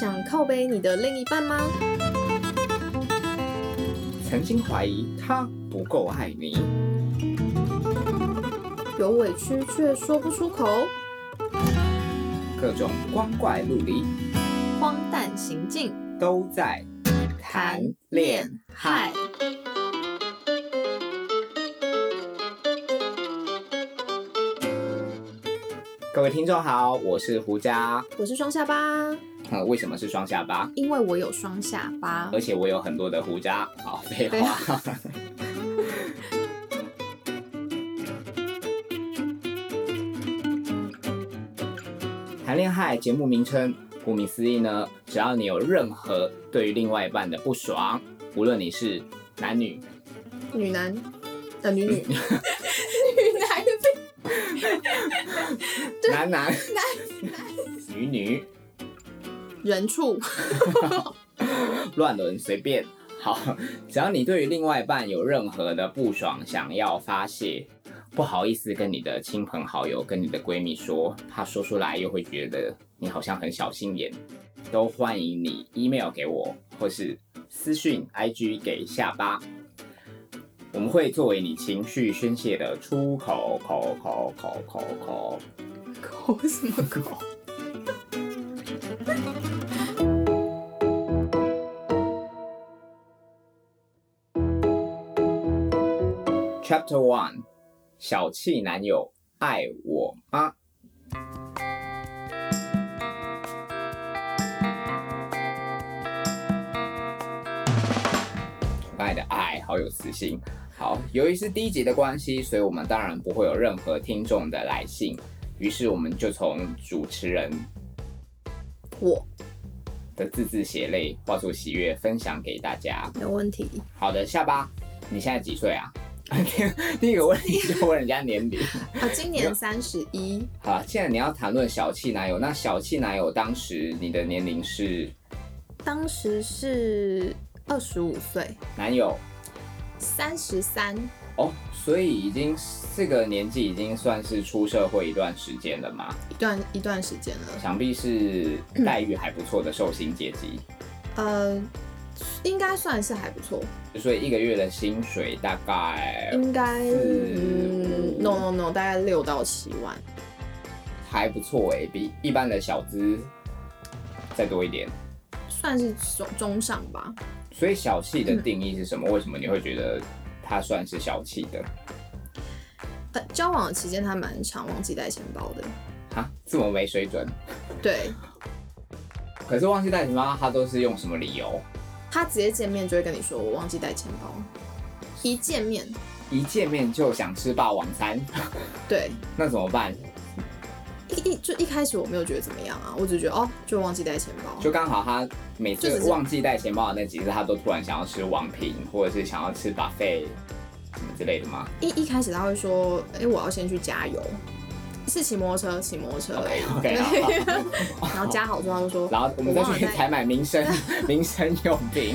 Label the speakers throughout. Speaker 1: 想靠背你的另一半吗？
Speaker 2: 曾经怀疑他不够爱你，
Speaker 1: 有委屈却说不出口，
Speaker 2: 各种光怪陆离
Speaker 1: 荒诞行径，
Speaker 2: 都在谈恋爱。。各位听众好，我是胡佳。
Speaker 1: 我是双下巴，
Speaker 2: 呃，为什么是双下巴？
Speaker 1: 因为我有双下巴
Speaker 2: 而。且我有很多的胡渣。好，废
Speaker 1: 废
Speaker 2: 话。 谈恋爱节目名称，顾名思义呢，只要你有任何对于另外一半的不爽，无论你是男女，
Speaker 1: 女男，呃，女女，女男被
Speaker 2: 男男，女女，
Speaker 1: 人畜，
Speaker 2: 乱伦随便。好，只要你对于另外一半有任何的不爽，想要发泄，不好意思跟你的亲朋好友、跟你的闺蜜说，怕说出来又会觉得你好像很小心眼，都欢迎你 email 给我，或是私讯 IG 给下巴，我们会作为你情绪宣泄的出口，口口口口口。
Speaker 1: 狗什么狗？
Speaker 2: Chapter One：小气男友爱我吗？我刚才的爱好有磁性。好，由于是第一集的关系，所以我们当然不会有任何听众的来信，于是我们就从主持人
Speaker 1: 我
Speaker 2: 的字字血泪化作喜悦，分享给大家。
Speaker 1: 没有问题。
Speaker 2: 好的，下巴，你现在几岁啊？ 第一个问题就问人家年龄。
Speaker 1: 啊，今年三十一，
Speaker 2: 好，既然你要谈论小气男友，那小气男友当时你的年龄是
Speaker 1: 当时是二十五岁，
Speaker 2: 男友
Speaker 1: 三十三，
Speaker 2: 哦，所以已经这个年纪已经算是出社会一段时间了嘛，
Speaker 1: 一段一段时间了。
Speaker 2: 想必是待遇还不错的寿星阶级，
Speaker 1: 呃，应该算是还不错，
Speaker 2: 所以一个月的薪水大概
Speaker 1: 应该、
Speaker 2: 嗯
Speaker 1: 嗯、no no no，大概六到七万，
Speaker 2: 还不错诶、比一般的小资再多一点。
Speaker 1: 算是中中上吧。
Speaker 2: 所以小气的定义是什么？为什么你会觉得他算是小气的？
Speaker 1: 呃，交往的期间他蛮常忘记带钱包的，
Speaker 2: 啊，这么没水准？
Speaker 1: 对
Speaker 2: 可是忘记带钱包，他都是用什么理由？
Speaker 1: 他直接见面就会跟你说我忘记带钱包，一见面，
Speaker 2: 一见面就想吃霸王餐，
Speaker 1: 对。
Speaker 2: 那怎么办？
Speaker 1: 一一就一开始我没有觉得怎么样啊，我只觉得哦，就忘记带钱包，
Speaker 2: 就刚好他每
Speaker 1: 就
Speaker 2: 次
Speaker 1: 只是
Speaker 2: 忘记带钱包的那几次，他都突然想要吃王品，或者是想要吃 buffet 什么之类的吗？
Speaker 1: 一一开始他会说，哎、我要先去加油，是骑摩托车，骑摩托车
Speaker 2: OK，
Speaker 1: 对
Speaker 2: OK，
Speaker 1: 然后加好之后他就说，
Speaker 2: 然后我们再去采买民生 民生用品。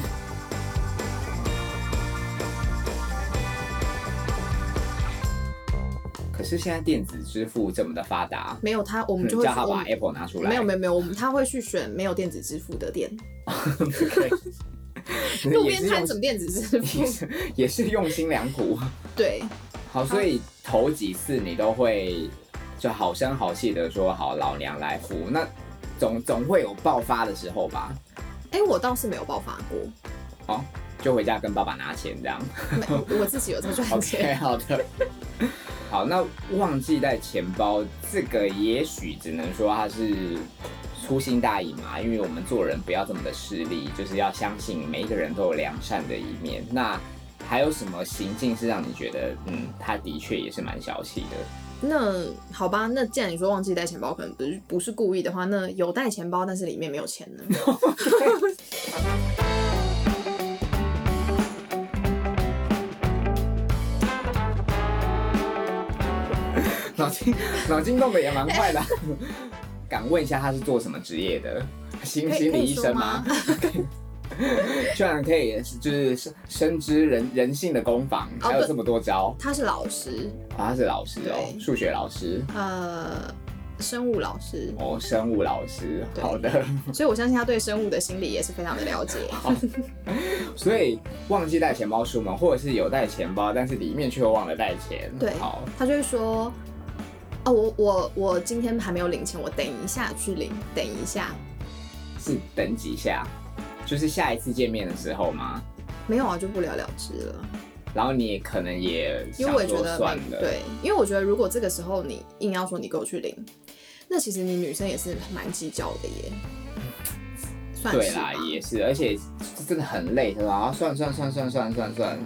Speaker 2: 可是现在电子支付这么的发达，
Speaker 1: 没有他，我们就
Speaker 2: 你
Speaker 1: 会
Speaker 2: 叫他
Speaker 1: 我
Speaker 2: 把
Speaker 1: 们
Speaker 2: Apple 拿出来，
Speaker 1: 没有没有没有，我们他会去选没有电子支付的 店，
Speaker 2: 有
Speaker 1: 路边摊怎么电子支
Speaker 2: 也
Speaker 1: 付？
Speaker 2: 是也是用心 良苦。
Speaker 1: 对，
Speaker 2: 好，所以头几次你都会就好声好气的说好老娘来付，那总总会有爆发的时候吧？
Speaker 1: 哎、我倒是没有爆发过，
Speaker 2: 哦，就回家跟爸爸拿钱这样。
Speaker 1: 没，我自己有在赚
Speaker 2: OK，
Speaker 1: 钱。
Speaker 2: 好的。好，那忘记带钱包这个，也许只能说他是粗心大意嘛，因为我们做人不要这么的势利，就是要相信每一个人都有良善的一面。那还有什么行径是让你觉得，嗯，他的确也是蛮小气的？
Speaker 1: 那好吧，那既然你说忘记带钱包，可能不是不是故意的话，那有带钱包，但是里面没有钱 呢？
Speaker 2: 脑筋脑筋动的也蛮快的啊。敢问一下，他是做什么职业的？心
Speaker 1: 可以
Speaker 2: 心
Speaker 1: 可
Speaker 2: 理
Speaker 1: 以
Speaker 2: 医
Speaker 1: 说
Speaker 2: 生吗？ 居然可以，就是深深知人人性的攻防，
Speaker 1: 哦
Speaker 2: 还有
Speaker 1: 对
Speaker 2: 这么多招
Speaker 1: 他是老师，
Speaker 2: 啊！他是老师哦，
Speaker 1: 对
Speaker 2: 数学老师。
Speaker 1: 呃，生物老师，
Speaker 2: 哦，生物老师，
Speaker 1: 对
Speaker 2: 好的。
Speaker 1: 所以我相信他对生物的心理也是非常的了解。
Speaker 2: 哦所以忘记带钱包出门，或者是有带钱包，但是里面却忘了带钱。
Speaker 1: 对
Speaker 2: 好，
Speaker 1: 他就会说：“哦，我我我今天还没有领钱，我等一下去领，等一下。
Speaker 2: 是等几下，就是下一次见面的时候嘛。”
Speaker 1: 没有啊，就不了了之了。
Speaker 2: 然后你也可能也
Speaker 1: 因为
Speaker 2: 想
Speaker 1: 我也觉
Speaker 2: 说
Speaker 1: 得
Speaker 2: 算
Speaker 1: 没
Speaker 2: 了，
Speaker 1: 对，因为我觉得如果这个时候你硬要说你给我去领，那其实你女生也是蛮计较的耶，算
Speaker 2: 对
Speaker 1: 是吧
Speaker 2: 啦，也是，而且这真的很累，然后算算算算算算算，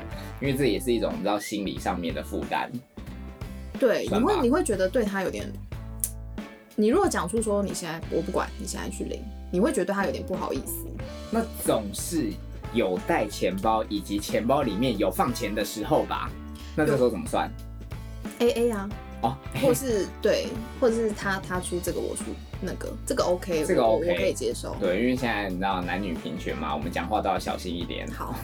Speaker 2: 因为这也是一种你知道心理上面的负担。
Speaker 1: 对，你
Speaker 2: 算吧
Speaker 1: 会你会觉得对他有点，你如果讲出说你现在我不管，你现在去领，你会觉得对他有点不好意思。
Speaker 2: 那总是有带钱包以及钱包里面有放钱的时候吧？那这时候怎么算？
Speaker 1: A A 啊，
Speaker 2: 哦，
Speaker 1: 或是对，或者是他他出这个我出那个，这个 OK，
Speaker 2: 这个
Speaker 1: 我
Speaker 2: OK
Speaker 1: 我可以接受。
Speaker 2: 对，因为现在你知道男女平权嘛，我们讲话都要小心一点。
Speaker 1: 好，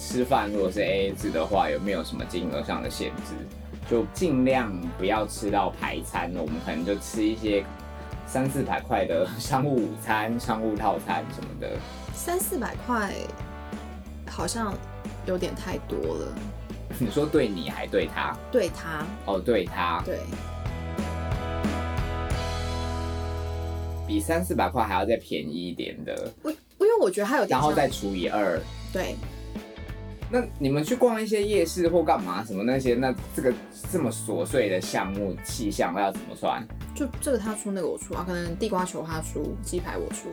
Speaker 2: 吃饭如果是 AA 制的话，有没有什么金额上的限制？就尽量不要吃到排餐，我们可能就吃一些三四百块的 商务午餐、商务套餐什么的。
Speaker 1: 三四百块好像有点太多了，
Speaker 2: 你说对你还对他？
Speaker 1: 对他，
Speaker 2: 哦，对他
Speaker 1: 对。
Speaker 2: 比三四百块还要再便宜一点的，
Speaker 1: 我因为我觉得他有点
Speaker 2: 然后
Speaker 1: 像，
Speaker 2: 再除以二。
Speaker 1: 对，
Speaker 2: 那你们去逛一些夜市或干嘛什么那些，那这个这么琐碎的项目气象，那要怎么算？
Speaker 1: 就这个他出那个我出啊，可能地瓜球他出，鸡排我出，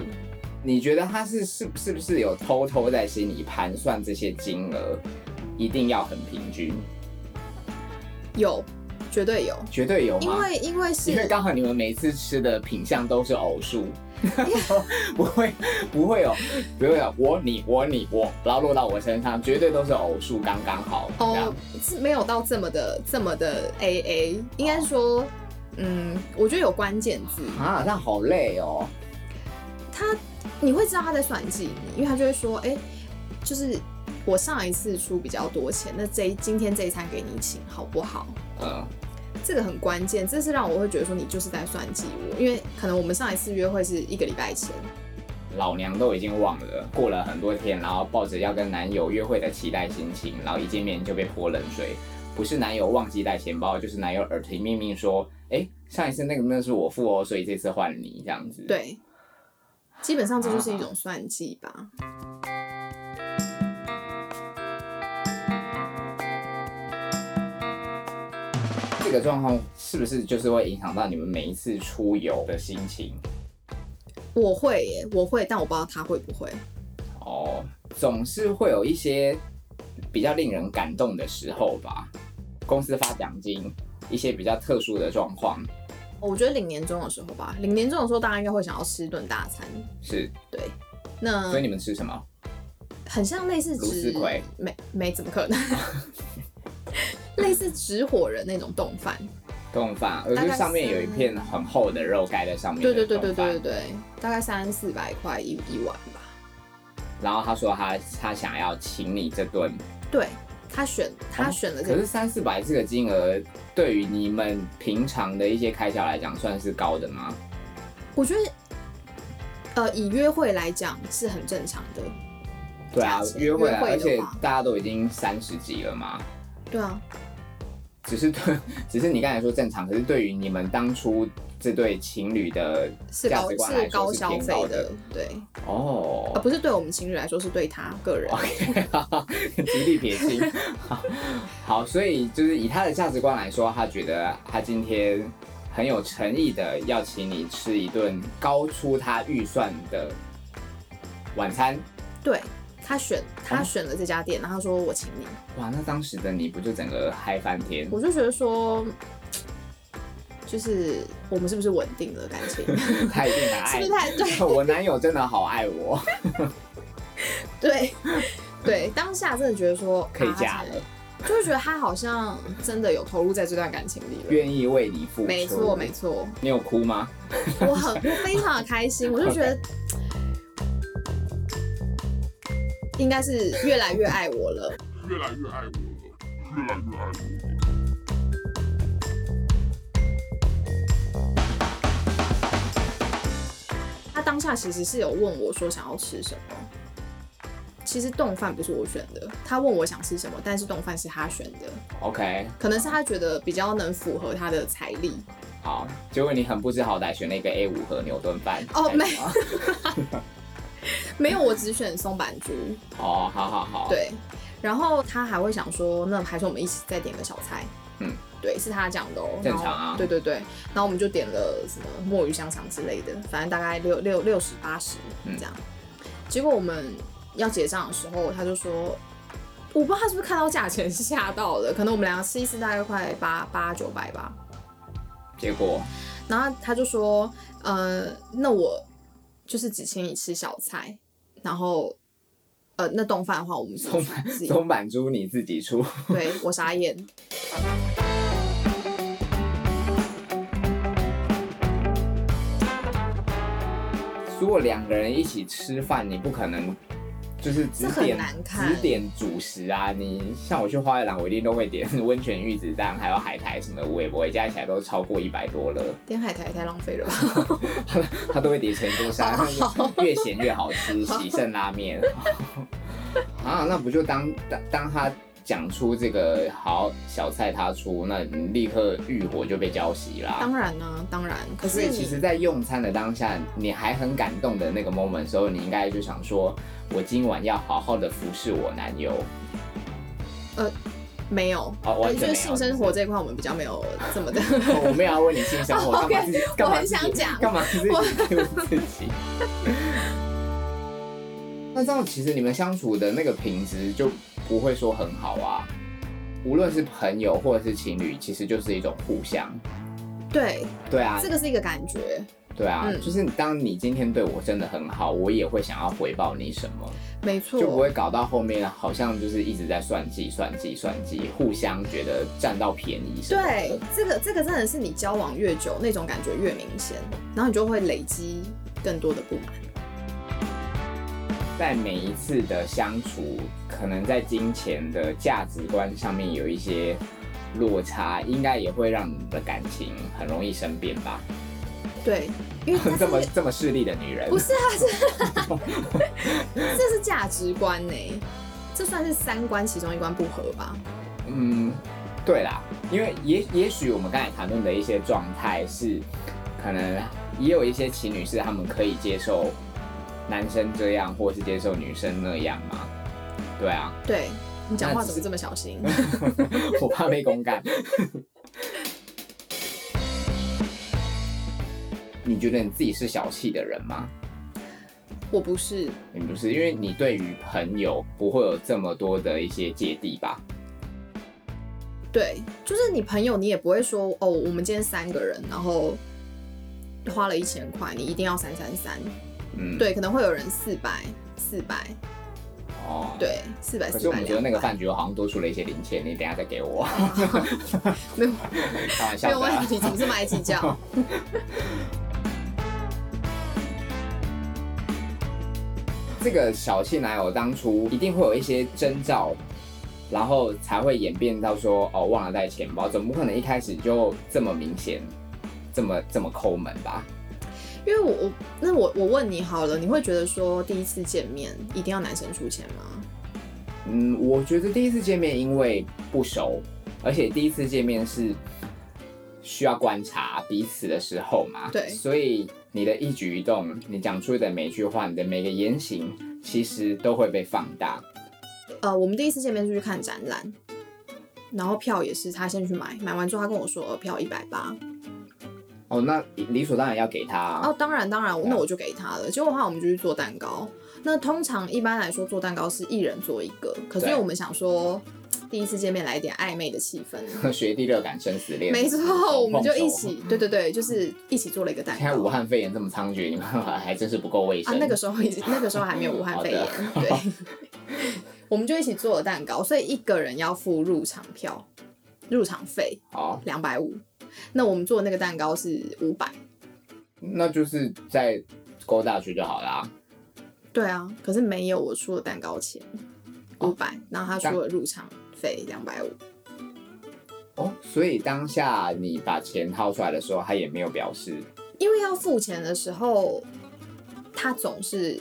Speaker 2: 你觉得他是是是不是有偷偷在心里盘算这些金额，一定要很平均？
Speaker 1: 有，绝对有，
Speaker 2: 绝对有
Speaker 1: 因
Speaker 2: 吗？
Speaker 1: 为因为是
Speaker 2: 因为刚好你们每次吃的品相都是偶数， 不会不会有哦不会有我你我你我，然后落到我身上，绝对都是偶数刚刚好。这
Speaker 1: 哦
Speaker 2: 样，哦
Speaker 1: 是没有到这么的这么的 A A，应该说，嗯，我觉得有关键字，
Speaker 2: 啊，那好累哦。
Speaker 1: 他你会知道他在算计你，因为他就会说，哎、就是我上一次出比较多钱，那这一今天这一餐给你请好不好？
Speaker 2: 嗯，
Speaker 1: 这个很关键，这是让我会觉得说你就是在算计我，因为可能我们上一次约会是一个礼拜前，
Speaker 2: 老娘都已经忘了，过了很多天，然后抱着要跟男友约会的期待心情，然后一见面就被泼冷水。不是男友忘记带钱包，就是男友耳提面命说：“哎、上一次那个那是我付哦，所以这次换你这样子。”，
Speaker 1: 对，基本上这就是一种算计吧。
Speaker 2: 这个状况是不是就是会影响到你们每一次出游的心情？
Speaker 1: 我会耶，我会，但我不知道他会不会。
Speaker 2: 哦，总是会有一些比较令人感动的时候吧。公司发奖金，一些比较特殊的状况
Speaker 1: 我觉得领年终的时候吧，领年终的时候大家应该会想要吃顿大餐，
Speaker 2: 是，
Speaker 1: 那
Speaker 2: 所以你们吃什么？
Speaker 1: 很像类似
Speaker 2: 芦丝
Speaker 1: 纸
Speaker 2: 葵，
Speaker 1: 没没怎么可能， 类似纸火人那种冻饭。
Speaker 2: 冻饭，而
Speaker 1: 大
Speaker 2: 且
Speaker 1: 概
Speaker 2: 上面有一
Speaker 1: 三
Speaker 2: 片很厚的肉盖在上面。
Speaker 1: 对对对对对对。对，大概三四百块一一碗吧。
Speaker 2: 然后他说他他想要请你这顿，
Speaker 1: 对他选他
Speaker 2: 哦
Speaker 1: 选了这
Speaker 2: 可
Speaker 1: 个，
Speaker 2: 是三四百这个金额对于你们平常的一些开销来讲算是高的吗？
Speaker 1: 我觉得。呃，以约会来讲是很正常的，
Speaker 2: 对啊
Speaker 1: 价，钱
Speaker 2: 约会
Speaker 1: 约
Speaker 2: 啊，
Speaker 1: 会的
Speaker 2: 而且
Speaker 1: 话
Speaker 2: 大家都已经三十几了嘛，
Speaker 1: 对啊，
Speaker 2: 只是对， 只是你刚才说正常，可是对于你们当初这对情侣的
Speaker 1: 是
Speaker 2: 价
Speaker 1: 高
Speaker 2: 值观
Speaker 1: 是
Speaker 2: 来
Speaker 1: 高
Speaker 2: 说是
Speaker 1: 消
Speaker 2: 偏
Speaker 1: 费
Speaker 2: 高
Speaker 1: 的，对，
Speaker 2: 哦
Speaker 1: 呃，。不是对我们情侣来说，是对他个人。
Speaker 2: 极力撇清。好 好，所以就是以他的价值观来说，他觉得他今天很有诚意的要请你吃一顿高出他预算的晚餐。
Speaker 1: 对他选他
Speaker 2: 哦
Speaker 1: 选了这家店，然后他说我请你，
Speaker 2: 哇，那当时的你不就整个嗨翻天？
Speaker 1: 我就觉得说，就是我们是不是稳定了感情？ 是
Speaker 2: 他一定很爱
Speaker 1: 不是
Speaker 2: 你。
Speaker 1: 太对？
Speaker 2: 我男友真的好爱我，
Speaker 1: 对对，当下真的觉得说
Speaker 2: 可以嫁，
Speaker 1: 啊
Speaker 2: 了，
Speaker 1: 他就会觉得他好像真的有投入在这段感情里了。
Speaker 2: 愿意为你付出。
Speaker 1: 没错没错，
Speaker 2: 你有哭吗？
Speaker 1: 我很我非常的开心，我就 觉得。应该是越来越爱我了，
Speaker 3: 越来越爱我了，越来越爱我了。
Speaker 1: 当下其实是有问我说想要吃什么。其实冻饭不是我选的，他问我想吃什么，但是冻饭是他选的，
Speaker 2: OK，
Speaker 1: 可能是他觉得比较能符合他的财力。
Speaker 2: 好，结果你很不知好歹选了一个 A 五和牛顿饭。
Speaker 1: 哦没
Speaker 2: 哎
Speaker 1: 没有，我只选松板猪。
Speaker 2: 哦，好好好。，
Speaker 1: 对，然后他还会想说，那还是我们一起再点个小菜。
Speaker 2: 嗯，
Speaker 1: 对，是他讲的哦。
Speaker 2: 正
Speaker 1: 然后
Speaker 2: 常啊
Speaker 1: 对对对，然后我们就点了什么墨鱼香肠之类的，反正大概六六六十八十
Speaker 2: 嗯
Speaker 1: 这样。结果我们要结账的时候，他就说。我不知道他是不是看到价钱吓到了，可能我们两个吃一次大概快八八九百吧。
Speaker 2: 结果
Speaker 1: 然后他就说，呃，那我就是只请你吃小菜，然后，呃，那冻饭的话我们自己
Speaker 2: 松板
Speaker 1: 自己
Speaker 2: 松板猪你自己出。
Speaker 1: 对我傻眼。
Speaker 2: 如果两个人一起吃饭，你不可能就是只
Speaker 1: 这很
Speaker 2: 点
Speaker 1: 难看
Speaker 2: 只点主食啊。你像我去花月兰，我一定都会点温泉玉子蛋，还有海苔什么的，我也不会加起来都超过一百 多了。
Speaker 1: 点海苔也太浪费了吧？
Speaker 2: 它都会叠成金沙，越咸越好 吃，喜胜拉面。 啊，那不就当当当他讲出这个好小菜他出，那你立刻欲火就被浇熄啦。
Speaker 1: 当然呢、啊当然。可
Speaker 2: 所
Speaker 1: 是
Speaker 2: 以其
Speaker 1: 你
Speaker 2: 实，在用餐的当下，你还很感动的那个 moment 的时候，你应该就想说，我今晚要好好的服侍我男友。
Speaker 1: 没有，
Speaker 2: 哦完全
Speaker 1: 就是
Speaker 2: 没
Speaker 1: 性
Speaker 2: 有
Speaker 1: 生活这一块我们比较没有这 么的。
Speaker 2: 哦我没有要问你性生活，
Speaker 1: 哦
Speaker 2: 干嘛自己
Speaker 1: OK，
Speaker 2: 干
Speaker 1: 我
Speaker 2: 嘛
Speaker 1: 很
Speaker 2: 自己
Speaker 1: 想讲
Speaker 2: 干嘛自己 Q 自己？ 那这样其实你们相处的那个品质就不会说很好啊。无论是朋友或者是情侣，其实就是一种互相。
Speaker 1: 对，
Speaker 2: 对啊
Speaker 1: 这，个是一个感觉，
Speaker 2: 对啊，
Speaker 1: 嗯
Speaker 2: 就是当你今天对我真的很好，我也会想要回报你什么，
Speaker 1: 没
Speaker 2: 就不
Speaker 1: 错
Speaker 2: 会。搞到后面好像就是一直在算计、算计、算计，互相觉得占到便宜什么的。
Speaker 1: 对，这个这个真的是你交往越久，那种感觉越明显，然后你就会累积更多的不满。
Speaker 2: 在每一次的相处，可能在金钱的价值观上面有一些落差，应该也会让你的感情很容易生变吧？
Speaker 1: 对，因为它
Speaker 2: 这么
Speaker 1: 是
Speaker 2: 这么势利的女人，
Speaker 1: 不是啊，是 这是价值观呢、这算是三观其中一关不合吧？
Speaker 2: 嗯，对啦，因为也也许我们刚才谈论的一些状态是，可能也有一些情侣是他们可以接受男生这样，或是接受女生那样嘛。对啊，
Speaker 1: 对你讲
Speaker 2: 那
Speaker 1: 话
Speaker 2: 只
Speaker 1: 怎么这么小 心？
Speaker 2: 我怕被公干。 你觉得你自己是小气的人吗？
Speaker 1: 我不是，
Speaker 2: 你不是，因为你对于朋友不会有这么多的一些芥蒂吧？
Speaker 1: 对，就是你朋友，你也不会说哦，我们今天三个人，然后花了一千块，你一定要三三三。
Speaker 2: 嗯，，
Speaker 1: 对，可能会有人四百、四百，
Speaker 2: 哦，。
Speaker 1: 对，四百、
Speaker 2: 可
Speaker 1: 四
Speaker 2: 是我
Speaker 1: 百。
Speaker 2: 们觉得那个饭局好像多出了一些零钱，你等一下再给我。
Speaker 1: 没有
Speaker 2: 开玩
Speaker 1: 没
Speaker 2: 笑的
Speaker 1: 有问
Speaker 2: 啊。
Speaker 1: 题，总是买计 较。
Speaker 2: 这个小气男友当初一定会有一些征兆，然后才会演变到说哦忘了带钱包，总不可能一开始就这么明显，这么这么抠门吧？
Speaker 1: 因为我我那我我问你好了，你会觉得说第一次见面一定要男生出钱吗？
Speaker 2: 嗯，我觉得第一次见面因为不熟，而且第一次见面是需要观察彼此的时候嘛，
Speaker 1: 对
Speaker 2: 所以你的一举一动，你讲出的每句话，你的每个言行，其实都会被放大。
Speaker 1: 呃，我们第一次见面是去看展览，然后票也是他先去买，买完之后他跟我说，呃，票一百八，
Speaker 2: 哦，那理所当然要给他、啊。
Speaker 1: 哦，当然当然，
Speaker 2: 对啊
Speaker 1: 那我就给他了。结果的话，我们就去做蛋糕。那通常一般来说做蛋糕是一人做一个，可是
Speaker 2: 对
Speaker 1: 我们想说第一次见面来一点暧昧的气氛，
Speaker 2: 学弟热感生死恋，
Speaker 1: 没错，我们就一
Speaker 2: 碰手。
Speaker 1: 起，对对对，就是一起做了一个蛋
Speaker 2: 现在武
Speaker 1: 糕。
Speaker 2: 汉肺炎这么猖獗，你们还真是不够卫生。
Speaker 1: 啊，那个时候已经那个时候还没有武汉肺炎，对， 我们就一起做了蛋糕，所以一个人要付入场票、入场费
Speaker 2: 好，
Speaker 1: 两百五。那我们做的那个蛋糕是五百，
Speaker 2: 那就是在勾大去就好啦。
Speaker 1: 对啊，可是没有我出了蛋糕钱五百、0然后他出了入场费两百五，
Speaker 2: 哦，所以当下你把钱掏出来的时候，他也没有表示
Speaker 1: 因为要付钱的时候，他总是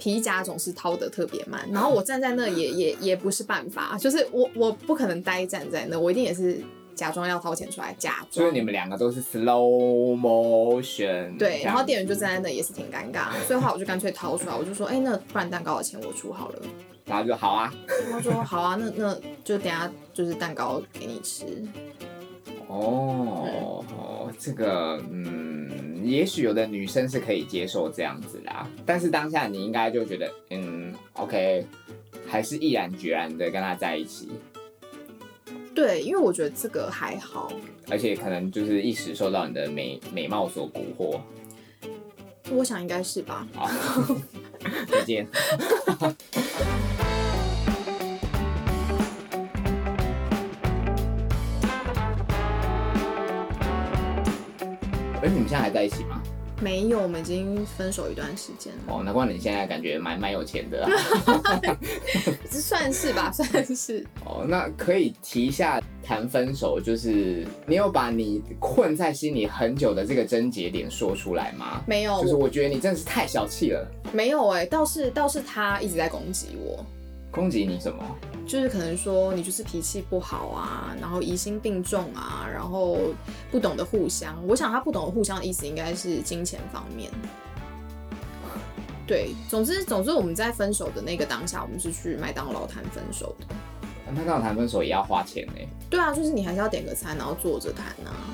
Speaker 1: 皮夹总是掏得特别慢，然后我站在那也也也不是办法，就是我我不可能呆站在那，我一定也是假装要掏钱出来，假
Speaker 2: 就
Speaker 1: 装
Speaker 2: 是。你们两个都是 slow motion，
Speaker 1: 对，
Speaker 2: 这样
Speaker 1: 然后店员就站在那也是挺尴尬，所以后来我就干脆掏出来，我就说，哎、那不然蛋糕的钱我出好了。
Speaker 2: 然后就好啊，
Speaker 1: 他说，好啊，那那就等下就是蛋糕给你吃。
Speaker 2: 哦，这个嗯，也许有的女生是可以接受这样子啦，但是当下你应该就觉得嗯，OK，还是毅然决然的跟他在一起，
Speaker 1: 对，因为我觉得这个还好，
Speaker 2: 而且可能就是一时受到你的美美貌所蛊惑，
Speaker 1: 我想应该是吧。
Speaker 2: 好，再见。哎，你们现在还在一起吗？
Speaker 1: 没有，我们已经分手一段时间了，
Speaker 2: 哦，难怪你现在感觉蛮蛮有钱的啊、
Speaker 1: 这算是吧， 算是。
Speaker 2: 哦，那可以提一下谈分手，就是你有把你困在心里很久的这个症结点说出来吗？
Speaker 1: 没有，
Speaker 2: 就是我觉得你真的是太小气了，
Speaker 1: 没有哎、倒是倒是他一直在攻击我，
Speaker 2: 攻击你什么？
Speaker 1: 就是可能说你就是脾气不好啊，然后疑心病重啊，然后不懂得互相。我想他不懂得互相的意思应该是金钱方面。对，总之总之我们在分手的那个当下，我们是去麦当劳谈分手的。
Speaker 2: 那这样谈分手也要花钱呢、
Speaker 1: 对啊，就是你还是要点个餐，然后坐着谈啊。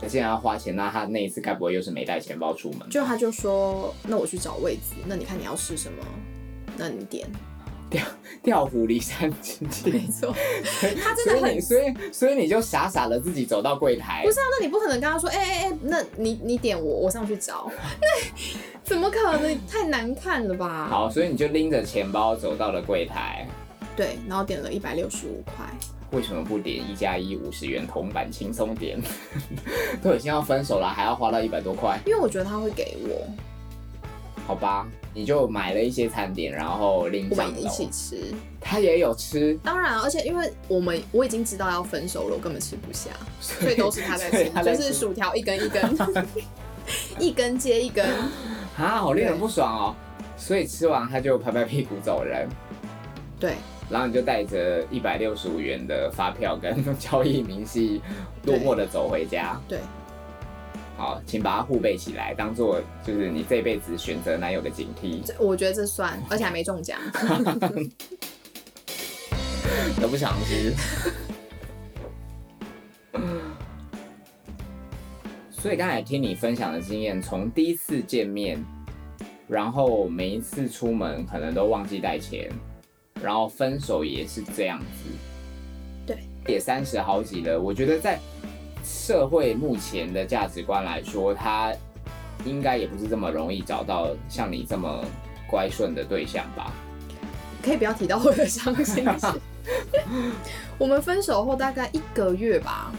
Speaker 2: 可既然要花钱，那他那一次该不会又是没带钱包出门吧？
Speaker 1: 就他就说，那我去找位置，那你看你要吃什么，那你 点。
Speaker 2: 调虎离山之
Speaker 1: 没
Speaker 2: 计。
Speaker 1: 错， 他真
Speaker 2: 所
Speaker 1: 的
Speaker 2: 以你，
Speaker 1: 很
Speaker 2: 所以所以你就傻傻的自己走到柜台
Speaker 1: 不，是啊，那你不可能跟他说，哎哎哎，那你你点我，我上去找，那怎么可能？太难看了吧？
Speaker 2: 好，所以你就拎着钱包走到了柜台。
Speaker 1: 对，然后点了一百六十五块，
Speaker 2: 为什么不点一加一五十元铜板轻松点？ 都已经要分手了，还要花到一百多块？
Speaker 1: 因为我觉得他会给我，
Speaker 2: 好吧，你就买了一些餐点，然后拎
Speaker 1: 我
Speaker 2: 上
Speaker 1: 们一
Speaker 2: 楼。
Speaker 1: 起吃。
Speaker 2: 他也有吃，
Speaker 1: 当然啊，而且因为我们我已经知道要分手了，我根本吃不 下，所以都是他在
Speaker 2: 所以
Speaker 1: 吃，
Speaker 2: 他在
Speaker 1: 就是
Speaker 2: 吃
Speaker 1: 薯条一根一 根，一根接一根。
Speaker 2: 啊，好令人不爽哦。所以吃完他就拍拍屁股走人，
Speaker 1: 对，
Speaker 2: 然后你就带着一百六十五元的发票跟 交易明细，落寞的走回家。
Speaker 1: 对，
Speaker 2: 好，请把它互备起来，当做就是你这辈子选择男友的警惕。
Speaker 1: 这我觉得这算，而且还没中奖。
Speaker 2: 得不偿失。 所以刚才听你分享的经验，从第一次见面，然后每一次出门可能都忘记带钱，然后分手也是这样子。
Speaker 1: 对，
Speaker 2: 也三十好几了，我觉得在社会目前的价值观来说，他应该也不是这么容易找到像你这么乖顺的对象吧？
Speaker 1: 可以不要提到我的伤心事。 我们分手后大概一个月吧，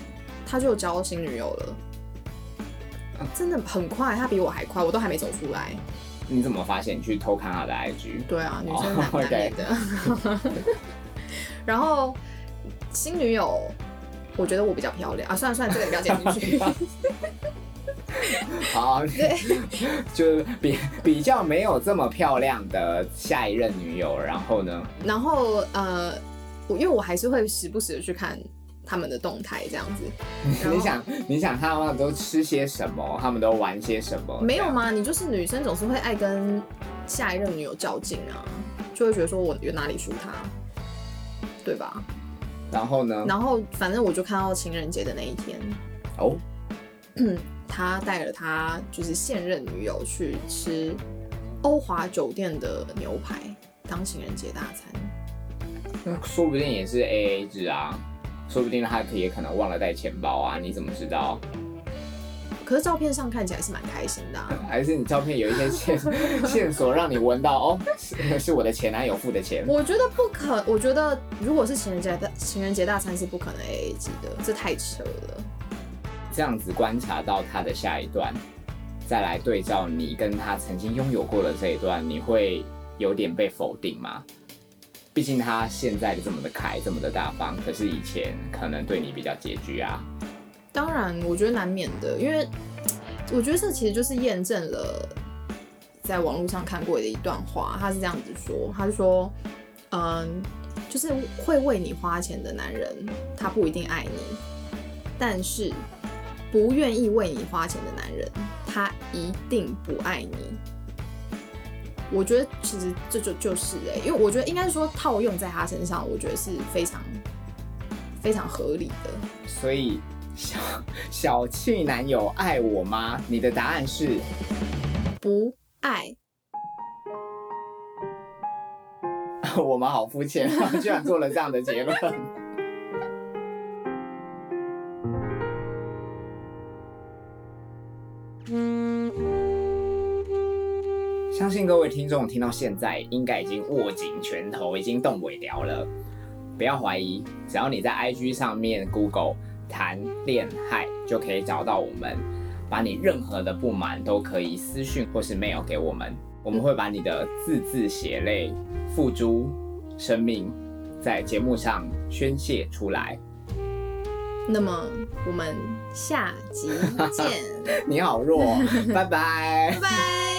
Speaker 1: 他就交新女友了，真的很快，他比我还快，我都还没走出来。
Speaker 2: 你怎么发现？你去偷看他的 IG？
Speaker 1: 对啊，女生
Speaker 2: 哦
Speaker 1: 难难
Speaker 2: OK
Speaker 1: 免的。 然后新女友，我觉得我比较漂亮啊，算了算了，这个也不要剪 进去。
Speaker 2: 好， 就是比比较没有这么漂亮的下一任女友，然后呢，
Speaker 1: 然后呃，我因为我还是会时不时的去看他们的动态这样 子。然后
Speaker 2: 你想你想看他们都吃些什么，他们都玩些什么？
Speaker 1: 没有啊
Speaker 2: 这样？
Speaker 1: 吗？你就是女生总是会爱跟下一任女友较劲啊，就会觉得说我有哪里输她，对吧？
Speaker 2: 然后呢？
Speaker 1: 然后反正我就看到情人节的那一天，
Speaker 2: 哦，
Speaker 1: 他带了他就是现任女友去吃欧华酒店的牛排当情人节大餐。
Speaker 2: 那说不定也是 A A 制啊，说不定他可也可能忘了带钱包啊，你怎么知道？
Speaker 1: 可是照片上看起来是蛮开心的、啊，
Speaker 2: 还是你照片有一些线 线索让你闻到哦，是是我的前男友付的钱。
Speaker 1: 我觉得不可，我觉得如果是情人节大情人节大餐是不可能 A A 制的，这太扯了。
Speaker 2: 这样子观察到他的下一段，再来对照你跟他曾经拥有过的这一段，你会有点被否定吗？毕竟他现在这么的开，这么的大方，可是以前可能对你比较拮据啊。
Speaker 1: 当然，我觉得难免的，因为我觉得这其实就是验证了在网络上看过的一段话，他是这样子说，他是说，嗯，就是会为你花钱的男人，他不一定爱你，但是不愿意为你花钱的男人，他一定不爱你。我觉得其实这就就是哎、因为我觉得应该说套用在他身上，我觉得是非常非常合理的。
Speaker 2: 所以小小气男友爱我吗？你的答案是
Speaker 1: 不爱，
Speaker 2: 我们好肤浅啊， 居然做了这样的结论。相信各位听众听到现在，应该已经握紧拳头，已经动尾聊了。不要怀疑，只要你在 IG 上面 Google 谈恋爱，就可以找到我们。把你任何的不满都可以私讯或是 mail 给我们，我们会把你的字字血泪、付诸生命，在节目上宣泄出来。
Speaker 1: 那么我们下集见，
Speaker 2: 你好弱哦，拜拜
Speaker 1: 拜。拜。